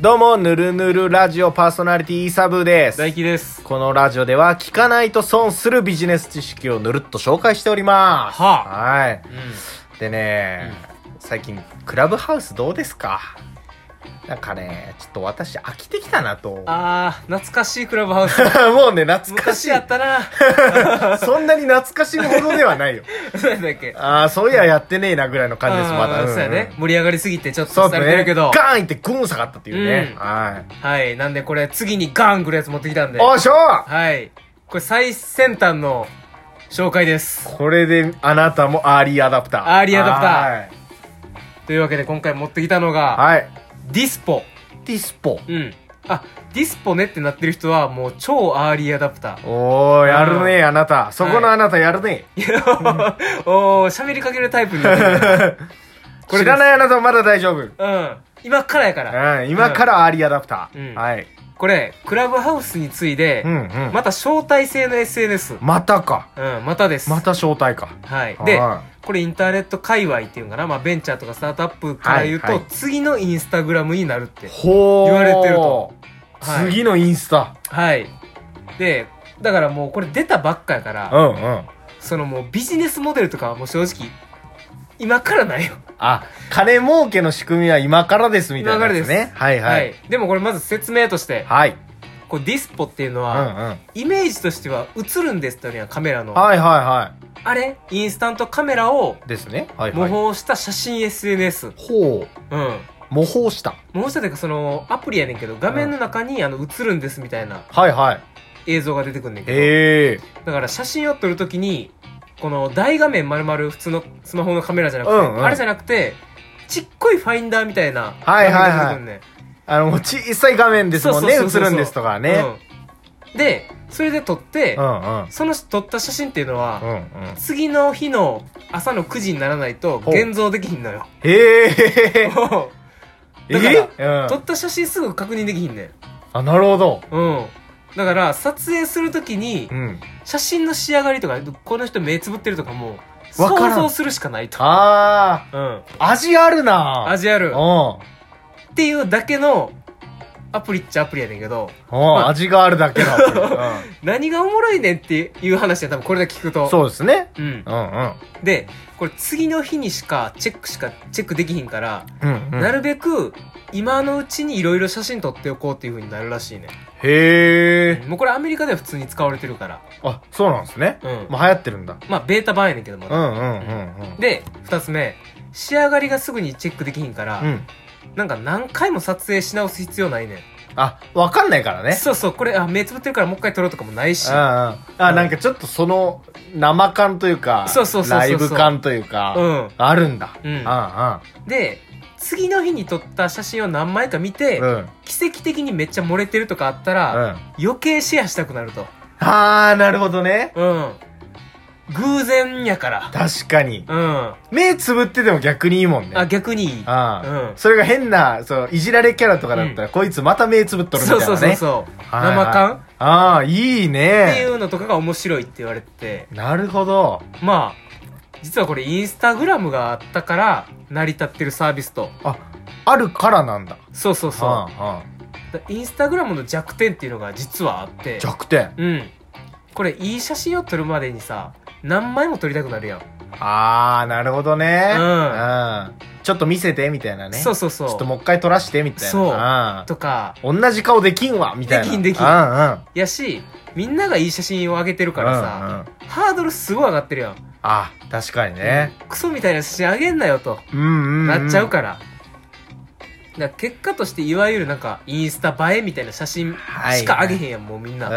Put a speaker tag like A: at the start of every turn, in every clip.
A: どうも、ぬるぬるラジオパーソナリティイサブーです。
B: 大輝です。
A: このラジオでは聞かないと損するビジネス知識をぬるっと紹介しております。
B: はあ。
A: はい。
B: う
A: でね、最近、クラブハウスどうですかなんかね、ちょっと私飽きてきたなと。
B: ん。あー、懐かしいクラブハウス。
A: もうね、懐かし
B: 昔やっ
A: い。
B: たな。
A: そんなに懐かしいほどでは ないよ。
B: なんだっけ。
A: ああ、そういややってねえなぐらいの感じです、ま
B: あ
A: だ。
B: ー
A: んん
B: そうやね。盛り上がりすぎてちょっと
A: そう
B: されて
A: ね。
B: るけ
A: ガ
B: ど。
A: ーンってグーン下がったっていうね。
B: うん
A: はい。
B: はい。なんでこれ次にガン来るやつ持ってきたんで。
A: おっしょー
B: はい。これ最先端の紹介です。
A: これであなたもアーリーアダプター。
B: アーリーアダプタというわけで今回持ってきたのが、
A: はい。はい。
B: ディスポ。
A: ディスポ。
B: うん。あ、ディスポねってなってる人はもう超アーリーアダプター。
A: おー、やるねあなた。そこの
B: はい
A: あなたやる ね、
B: おー、喋りかけるタイプになってる。これです
A: 知らないあなたはまだ大丈夫。
B: うん。今からやから。
A: うん、今からアーリーアダプター。
B: うん
A: はい。
B: これクラブハウスに次いで、
A: うんうん。
B: また招待制の SNS、
A: またか。
B: うん、またです
A: また招待か。
B: はいで
A: は
B: これインターネット界隈っていうのかな、まあ、ベンチャーとかスタートアップから言うと、
A: はいはい
B: 次のインスタグラムになるって
A: ほー。
B: 言われてるとはい
A: 次のインスタ。
B: はいでだからもうこれ出たばっかやか
A: う
B: ら
A: んうん。
B: そのもうビジネスモデルとかはもう正直今からないよ
A: あ、金儲けの仕組みは今からですみたいなやつ
B: 今から
A: ね。はいはい。
B: でもこれまず説明として
A: はい。
B: こうディスポっていうの
A: うんうん。
B: は、
A: はい
B: イメージとしては映るんですってやんカメラの
A: はいは
B: あれインスタントカメラを
A: い。ですね。はいは
B: 模
A: い。
B: 倣した写真 SNS、
A: ほう。
B: うん
A: 模倣した。
B: 模倣したというかそのアプリやねんけど画面の中にあの映るんですみたいな
A: はいはい。
B: 映像が出てくんねんけど、
A: ええ
B: だから写真を撮るときにこの大画面丸々普通のスマホのカメラじゃなくて、
A: うんうん
B: あれじゃなくてちっこいファインダーみたいな
A: はいはいはい
B: 画面が出てくんねん
A: あの、もう小さい画面ですもんね。映
B: そうそうそうそ
A: る
B: う
A: んですとかね。
B: うんでそれで撮って、
A: うんうん。
B: その撮った写真っていうのは、
A: うんうん。
B: 次の日の朝の9時にならないと
A: ほう
B: 現像できひんのよ
A: ええ
B: だから
A: えう
B: 撮
A: ん
B: っ。た写真すぐ確認できひんねん
A: あ、なるほど。
B: うん。だから、撮影するときに
A: う、ん。
B: 写真の仕上がりとか、この人目つぶってるとかも、
A: わ
B: 想
A: からん
B: 像するしかないと。
A: あ
B: うん。
A: ー、味あるな
B: 味あ
A: う
B: る。
A: ん。
B: っていうだけの、アプリっちゃアプリやねんけど、
A: うん、
B: あ
A: 味があるだけだ。 う
B: 何がおもろいねんっていう話は多分これだけ聞くと。
A: んそうですね。
B: う。ん
A: う。んうん。
B: で、これ次の日にしかチェックしか、チェックできひんから、
A: うんうん。
B: なるべく、今のうちにいろいろ写真撮っておこうっていう風になるらしいね。
A: へえ。
B: もうこれアメリカでは普通に使われてるから。
A: あ、そうなんですね。
B: うん。
A: まあ流行ってるんだ。
B: まあ、ベータ版やねんけども
A: うんうんうんうん。
B: で2つ目仕上がりがすぐにチェックできひんから、
A: うん。
B: なんか何回も撮影し直す必要ないねん
A: あ、わかんないからね。
B: そうそうこれあ目つぶってるからもう一回撮ろうとかもないし
A: うんうん。あ、なんかちょっとその生感というか、
B: そうそうそうそうそう
A: ライブ感という
B: う
A: か、
B: ん
A: あるんだ。
B: う
A: うんんう
B: で次の日に撮った写真を何枚か見て、
A: ん。うん。
B: 奇跡的にめっちゃ漏れてるとかあった
A: う
B: ら、
A: ん。
B: 余計シェアしたくなると
A: あー、なるほどね。
B: うん偶然やから
A: 確かに。
B: うん
A: 目つぶってても逆にいいもんね。
B: あ逆にいい
A: あ
B: うん
A: それが変な、そう、いじられキャラとかだったら、こいつまた目つぶっとるみた
B: そ
A: いうなね。
B: そうそうそう、
A: はいはい
B: 生感
A: ああ、いい
B: ってい
A: ね。
B: うのとかが面白いって言われてて
A: なるほど。
B: まあ、実はこれインスタグラムがあったから成り立ってるサービスと。
A: あ、あるからなんだ。
B: そうそうそう。
A: はあはあ
B: だインスタグラムの弱点っていうのが実はあって。
A: 弱点。
B: うん。これいい写真を撮るまでにさ、何枚も撮りたくなるやん。
A: ああ、なるほどね。
B: うん
A: うんちょっと見せて、みたいなね。
B: そうそうそう。
A: ちょっともう一回撮らして、みたいな。
B: とか、
A: うん。同じ顔できんわ、みたいな。
B: できんできん
A: うんうん。
B: やし、みんながいい写真を上げてるからさ、
A: うんうん
B: ハードルすごい上がってるやん。
A: あ、確かにね。
B: クソみたいな写真上げんなよと、
A: うんうん。
B: なっちゃうから。だから結果としていわゆるなんかインスタ映えみたいな写真しか上げへんやん、もうみんな。
A: う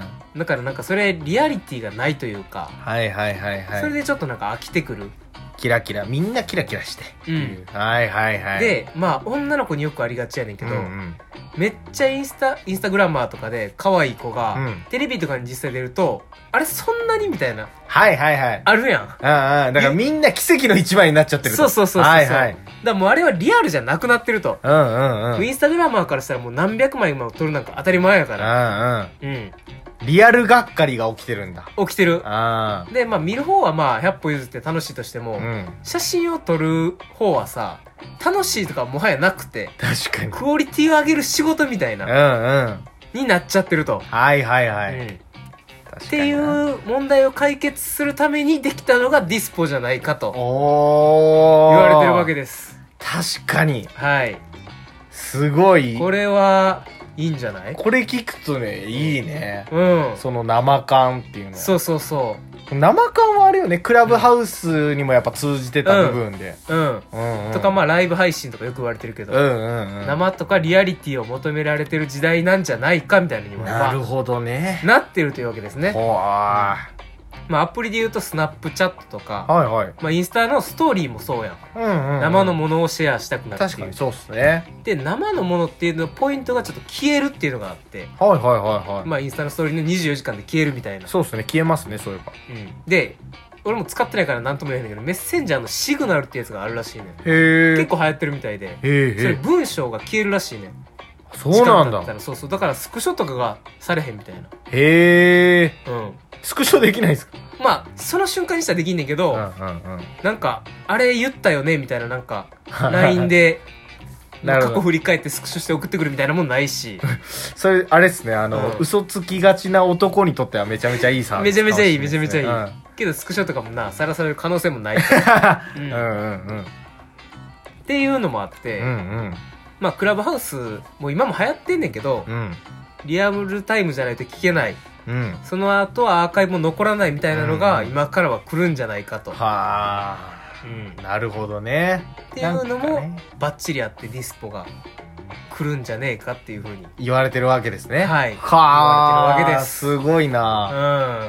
A: んうん。
B: だからなんかそれリアリティがないというか、
A: はいはいはいはい。
B: それでちょっとなんか飽きてくる、
A: キラキラ、みんなキラキラして。
B: うん
A: はいはいはい。、
B: でまあ女の子によくありがちやねんけ
A: うん
B: ど、
A: うん、
B: めっちゃインスタインスタグラマーとかで可愛い子が、
A: うん
B: テレビとかに実際出るとあれそんなにみたいな
A: はいはいはい。
B: あるやんだか
A: ああ、だからみんな奇跡の一枚になっちゃってると。
B: そうそうそうそう
A: はいはい。
B: らもうあれはリアルじゃなくなってると、
A: うんうんうん。うんうん。
B: インスタグラマーからしたらもう何百枚も撮るなんか当たり前やから、うん、
A: リアルがっかりが起きてるんだ。
B: 起きてる。
A: あ
B: で、まあ見る方はまあ100歩譲って楽しいとしても、
A: あ。うん。
B: 写真を撮る方はさ、楽しいとかもはやなくて、
A: 確かに。
B: クオリティを上げる仕事みたい
A: うん
B: な、
A: うん。
B: になっちゃってると。
A: はいはいはい。
B: うんっ
A: 確かに
B: てい
A: な。
B: う問題を解決するためにできたのがディスポじゃないかと
A: お
B: 言
A: ー。
B: われてるわけです。
A: 確かに。
B: はい。
A: すごい。
B: これは、いいんじゃない
A: これ聞くとね、いいね。
B: うん。
A: その生感っていうの。
B: そうそうそ
A: 生感はあれよね。クラブハウスにもやっぱ通じてた部分で。
B: う。うん。
A: うん、うん。
B: とか
A: あ。
B: まあライブ配信とかよく言われてるけど、
A: うんうんうん。
B: 生とかリアリティを求められてる時代なんじゃないかみたいなにも、
A: な
B: ま
A: る
B: あ、
A: ほどね。
B: なってるというわけですね。
A: ほわ
B: まあアプリで言うとスナップチャットと
A: ー
B: か、
A: はいはい。
B: まあインスタのストーリーもそうやん。
A: うんうん、うん。
B: 生のものをシェアしたくなるっ
A: 確
B: て
A: か
B: い
A: に
B: う。
A: そうっすね。
B: で、生のものっていうのポイントがちょっと消えるっていうのがあって、
A: はいはいはいはい。
B: まあインスタのストーリーの24時間で消えるみたいな。
A: そうっすね。消えますね、そういえば。
B: うんで、俺も使ってないから何とも言えないんだけど、メッセンジャーのシグナルってやつがあるらしいねん。
A: へえ。
B: 結構流行ってるみたいで。
A: へえ
B: そ
A: へ
B: れ
A: え。
B: 文章が消えるらしいねん
A: そうなん
B: 時間経った
A: だ。
B: らそうそうだからスクショとかがされへんみたいな
A: へえ。
B: うん
A: スクショできないですか
B: まあその瞬間にしたらできんねんけど、
A: うんうんうん。
B: なんかあれ言ったよねみたいななんか LINE で
A: なるほど
B: 過去振り返ってスクショして送ってくるみたいなもんな いし
A: それ、あれっすね。あの、
B: うん
A: 嘘つきがちな男にとってはめちゃめちゃいいサービ
B: め
A: ス
B: ち
A: か
B: ゃ
A: も
B: め
A: し
B: ちゃ
A: れない
B: い
A: で
B: め
A: す
B: ち
A: ね。
B: ゃめちゃいい、けどスクショとかもなさらされる可能性もないから、うん
A: う
B: っ
A: んうんうん。
B: ていうのもあって、
A: うん
B: まあクラブハウスもう今も流行ってんねんけど、
A: うん。うん。
B: リアルタイムじゃないと聞けない
A: うん。
B: その後はアーカイブも残らないみたいなのが
A: うん
B: 今からは来るんじゃないかと、
A: はあ。
B: うん
A: なるほどね。
B: っていうの
A: なんか
B: も
A: ね
B: バッチリあってディスポが来るんじゃねえかっていうふうにうん
A: 言われてるわけですね。
B: はい
A: はあ。
B: 言われてるわけです
A: すごいな。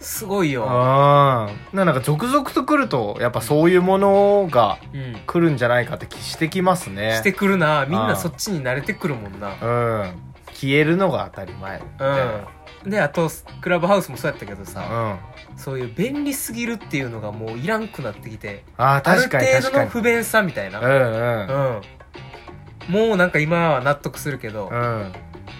B: すごいよ
A: うん。ななんか続々と来ると、やっぱそういうものが
B: うん
A: 来るんじゃないかって気してきますね。
B: してくるなみん
A: あ
B: な
A: あ
B: そっちに慣れてくるもんな
A: うん。消えるのが当たり前。
B: うんであとクラブハウスもそうやったけど
A: うん。
B: さ、
A: あ
B: そういう便利すぎるっていうのがもういらんくなってきて
A: あ、
B: ある
A: 確か
B: 程
A: に確
B: 度
A: か
B: の
A: に。
B: 不便さみたいな
A: うんうん。
B: うんもうなんか今は納得するけど、
A: うん。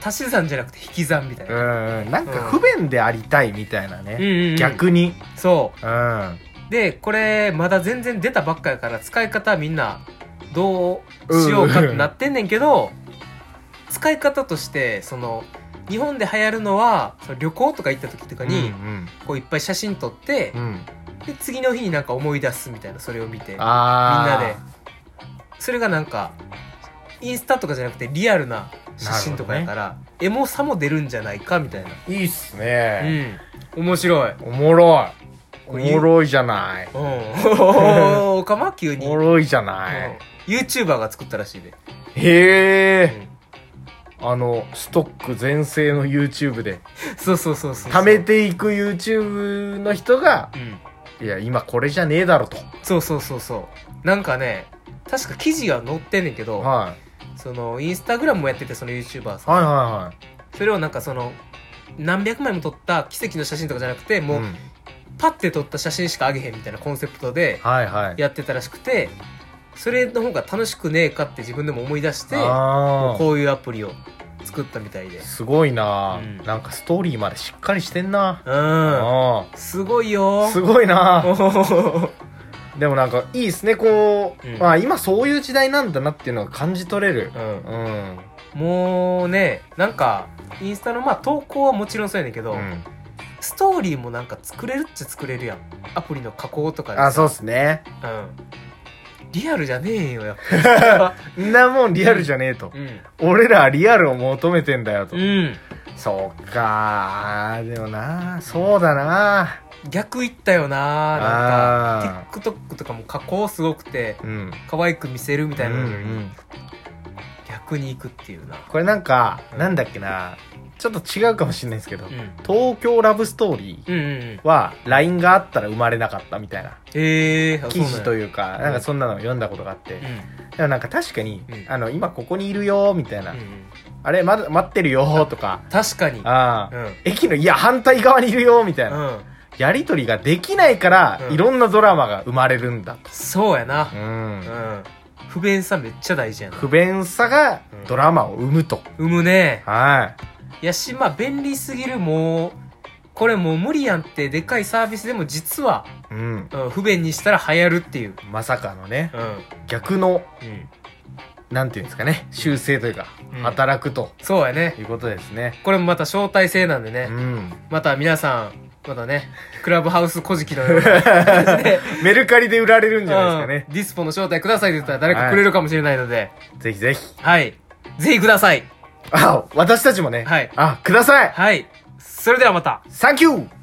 B: 足し算じゃなくて引き算みたいうな、
A: んうん。なんか不便でありたいみたいな
B: うん
A: ね。
B: うんうん
A: 逆に。
B: そう
A: うん。
B: でこれまだ全然出たばっかやから使い方はみんなどうしようかってなってんねんけど、使い方としてその日本で流行るのはその旅行とか行った時とか
A: う
B: に、
A: ん
B: こういっぱい写真撮って
A: う、ん。うん。
B: で次の日になんか思い出すみたいなそれを見てみんな
A: ああ。
B: でそれがなんかインスタとかじゃなくてリアルな写真とかやから、エモさも出るんじゃないかみたいな、
A: で。いいっすね。
B: うん面白い
A: おもろい。お
B: これ
A: もろいじゃない。
B: うんおかま急
A: お
B: に
A: もろいじゃない。
B: ユーチューバーが作ったらしいで、
A: へえ。あの、ストック全盛の YouTube で、
B: そうそうそうそう
A: 貯めていく YouTube の人が、
B: うん
A: いや、今これじゃねえだろと。
B: そうそうそうそうなんかね確か記事が載ってんねんけど、
A: は
B: そのインスタグラムもやっててその YouTuber
A: い。
B: さん、
A: はいは
B: それをなんかその何百枚も撮った奇跡の写真とかじゃなくて
A: いはい。
B: もう
A: うん
B: パッて撮った写真しかあげへんみたいなコンセプトで
A: はいはい。
B: やってたらしくてそれの方が楽しくねえかって自分でも思い出して
A: あー
B: こういうアプリを作ったみたいで
A: すごいな、
B: うん
A: なんかストーリーまでしっかりしてんな。
B: うん
A: あ
B: すごい
A: ー
B: よ
A: すごいな
B: ご
A: でもなんかいいですね、こう、
B: うん
A: まあ今そういう時代なんだなっていうのが感じ取れる
B: う。ん
A: うん。うん。
B: もうねなんかインスタのまあ投稿はもちろんそうやねんけど、ストーリーもなんか作れるっちゃ作れるやんアプリの加工とかで
A: あ、そうっすね。
B: うんリアルじゃねえよやっ ぱ
A: んなもんリアルじゃねえと。
B: うん
A: 俺らリアルを求めてんだよと。
B: うん
A: そうかでもなそうだな
B: 逆いったよななん
A: あ
B: か TikTok とかも加工すごくて
A: うん。
B: 可愛く見せるみたいなのより、
A: うんうん
B: 逆に行くっていうな
A: これなんか、なんだっけなちょっと違うかもしれないですけど、
B: うん
A: 東京ラブストーリ
B: うんうんうん
A: ーは LINE があったら生まれなかったみたいな
B: ええー、
A: 記事と
B: う
A: いうか、
B: ん
A: なんかそんなの読んだことがあって、
B: なんや
A: でもなんか確かに、
B: うん
A: あの、今ここにいるよみたいな、
B: うん、うんうん、
A: あれ、まだ待ってるよとか、
B: 確かに
A: ああ、
B: うん
A: 駅の、いや、反対側にいるよみたいな、
B: うん
A: やりとりができないから、
B: うん
A: いろんなドラマが生まれるんだと。
B: そうやな
A: う、
B: うんん、不便さめっちゃ大事やな
A: 不便さがドラマを生むと。
B: 産むね
A: はい。
B: やしまあ便利すぎるもうこれもう無理やんってでかいサービスでも実は、
A: うん
B: うん、不便にしたら流行るっていう、
A: まさかのね
B: うん
A: 逆の
B: うん、
A: なんていうんですかね修正というか、
B: うん
A: 働くと
B: そうやね
A: いうことですね
B: これもまた招待制なんで
A: う
B: ね、
A: ん
B: また皆さんまたねクラブハウス古事記の ような形で
A: メルカリで売られるんじゃないで
B: うんディスポの招待くださいって言ったら誰かくれるかもしれないので、
A: すかねぜひぜひ
B: はい。ぜひください。
A: あ私たちもね
B: はい
A: あください
B: はい。それではまた。
A: サンキュー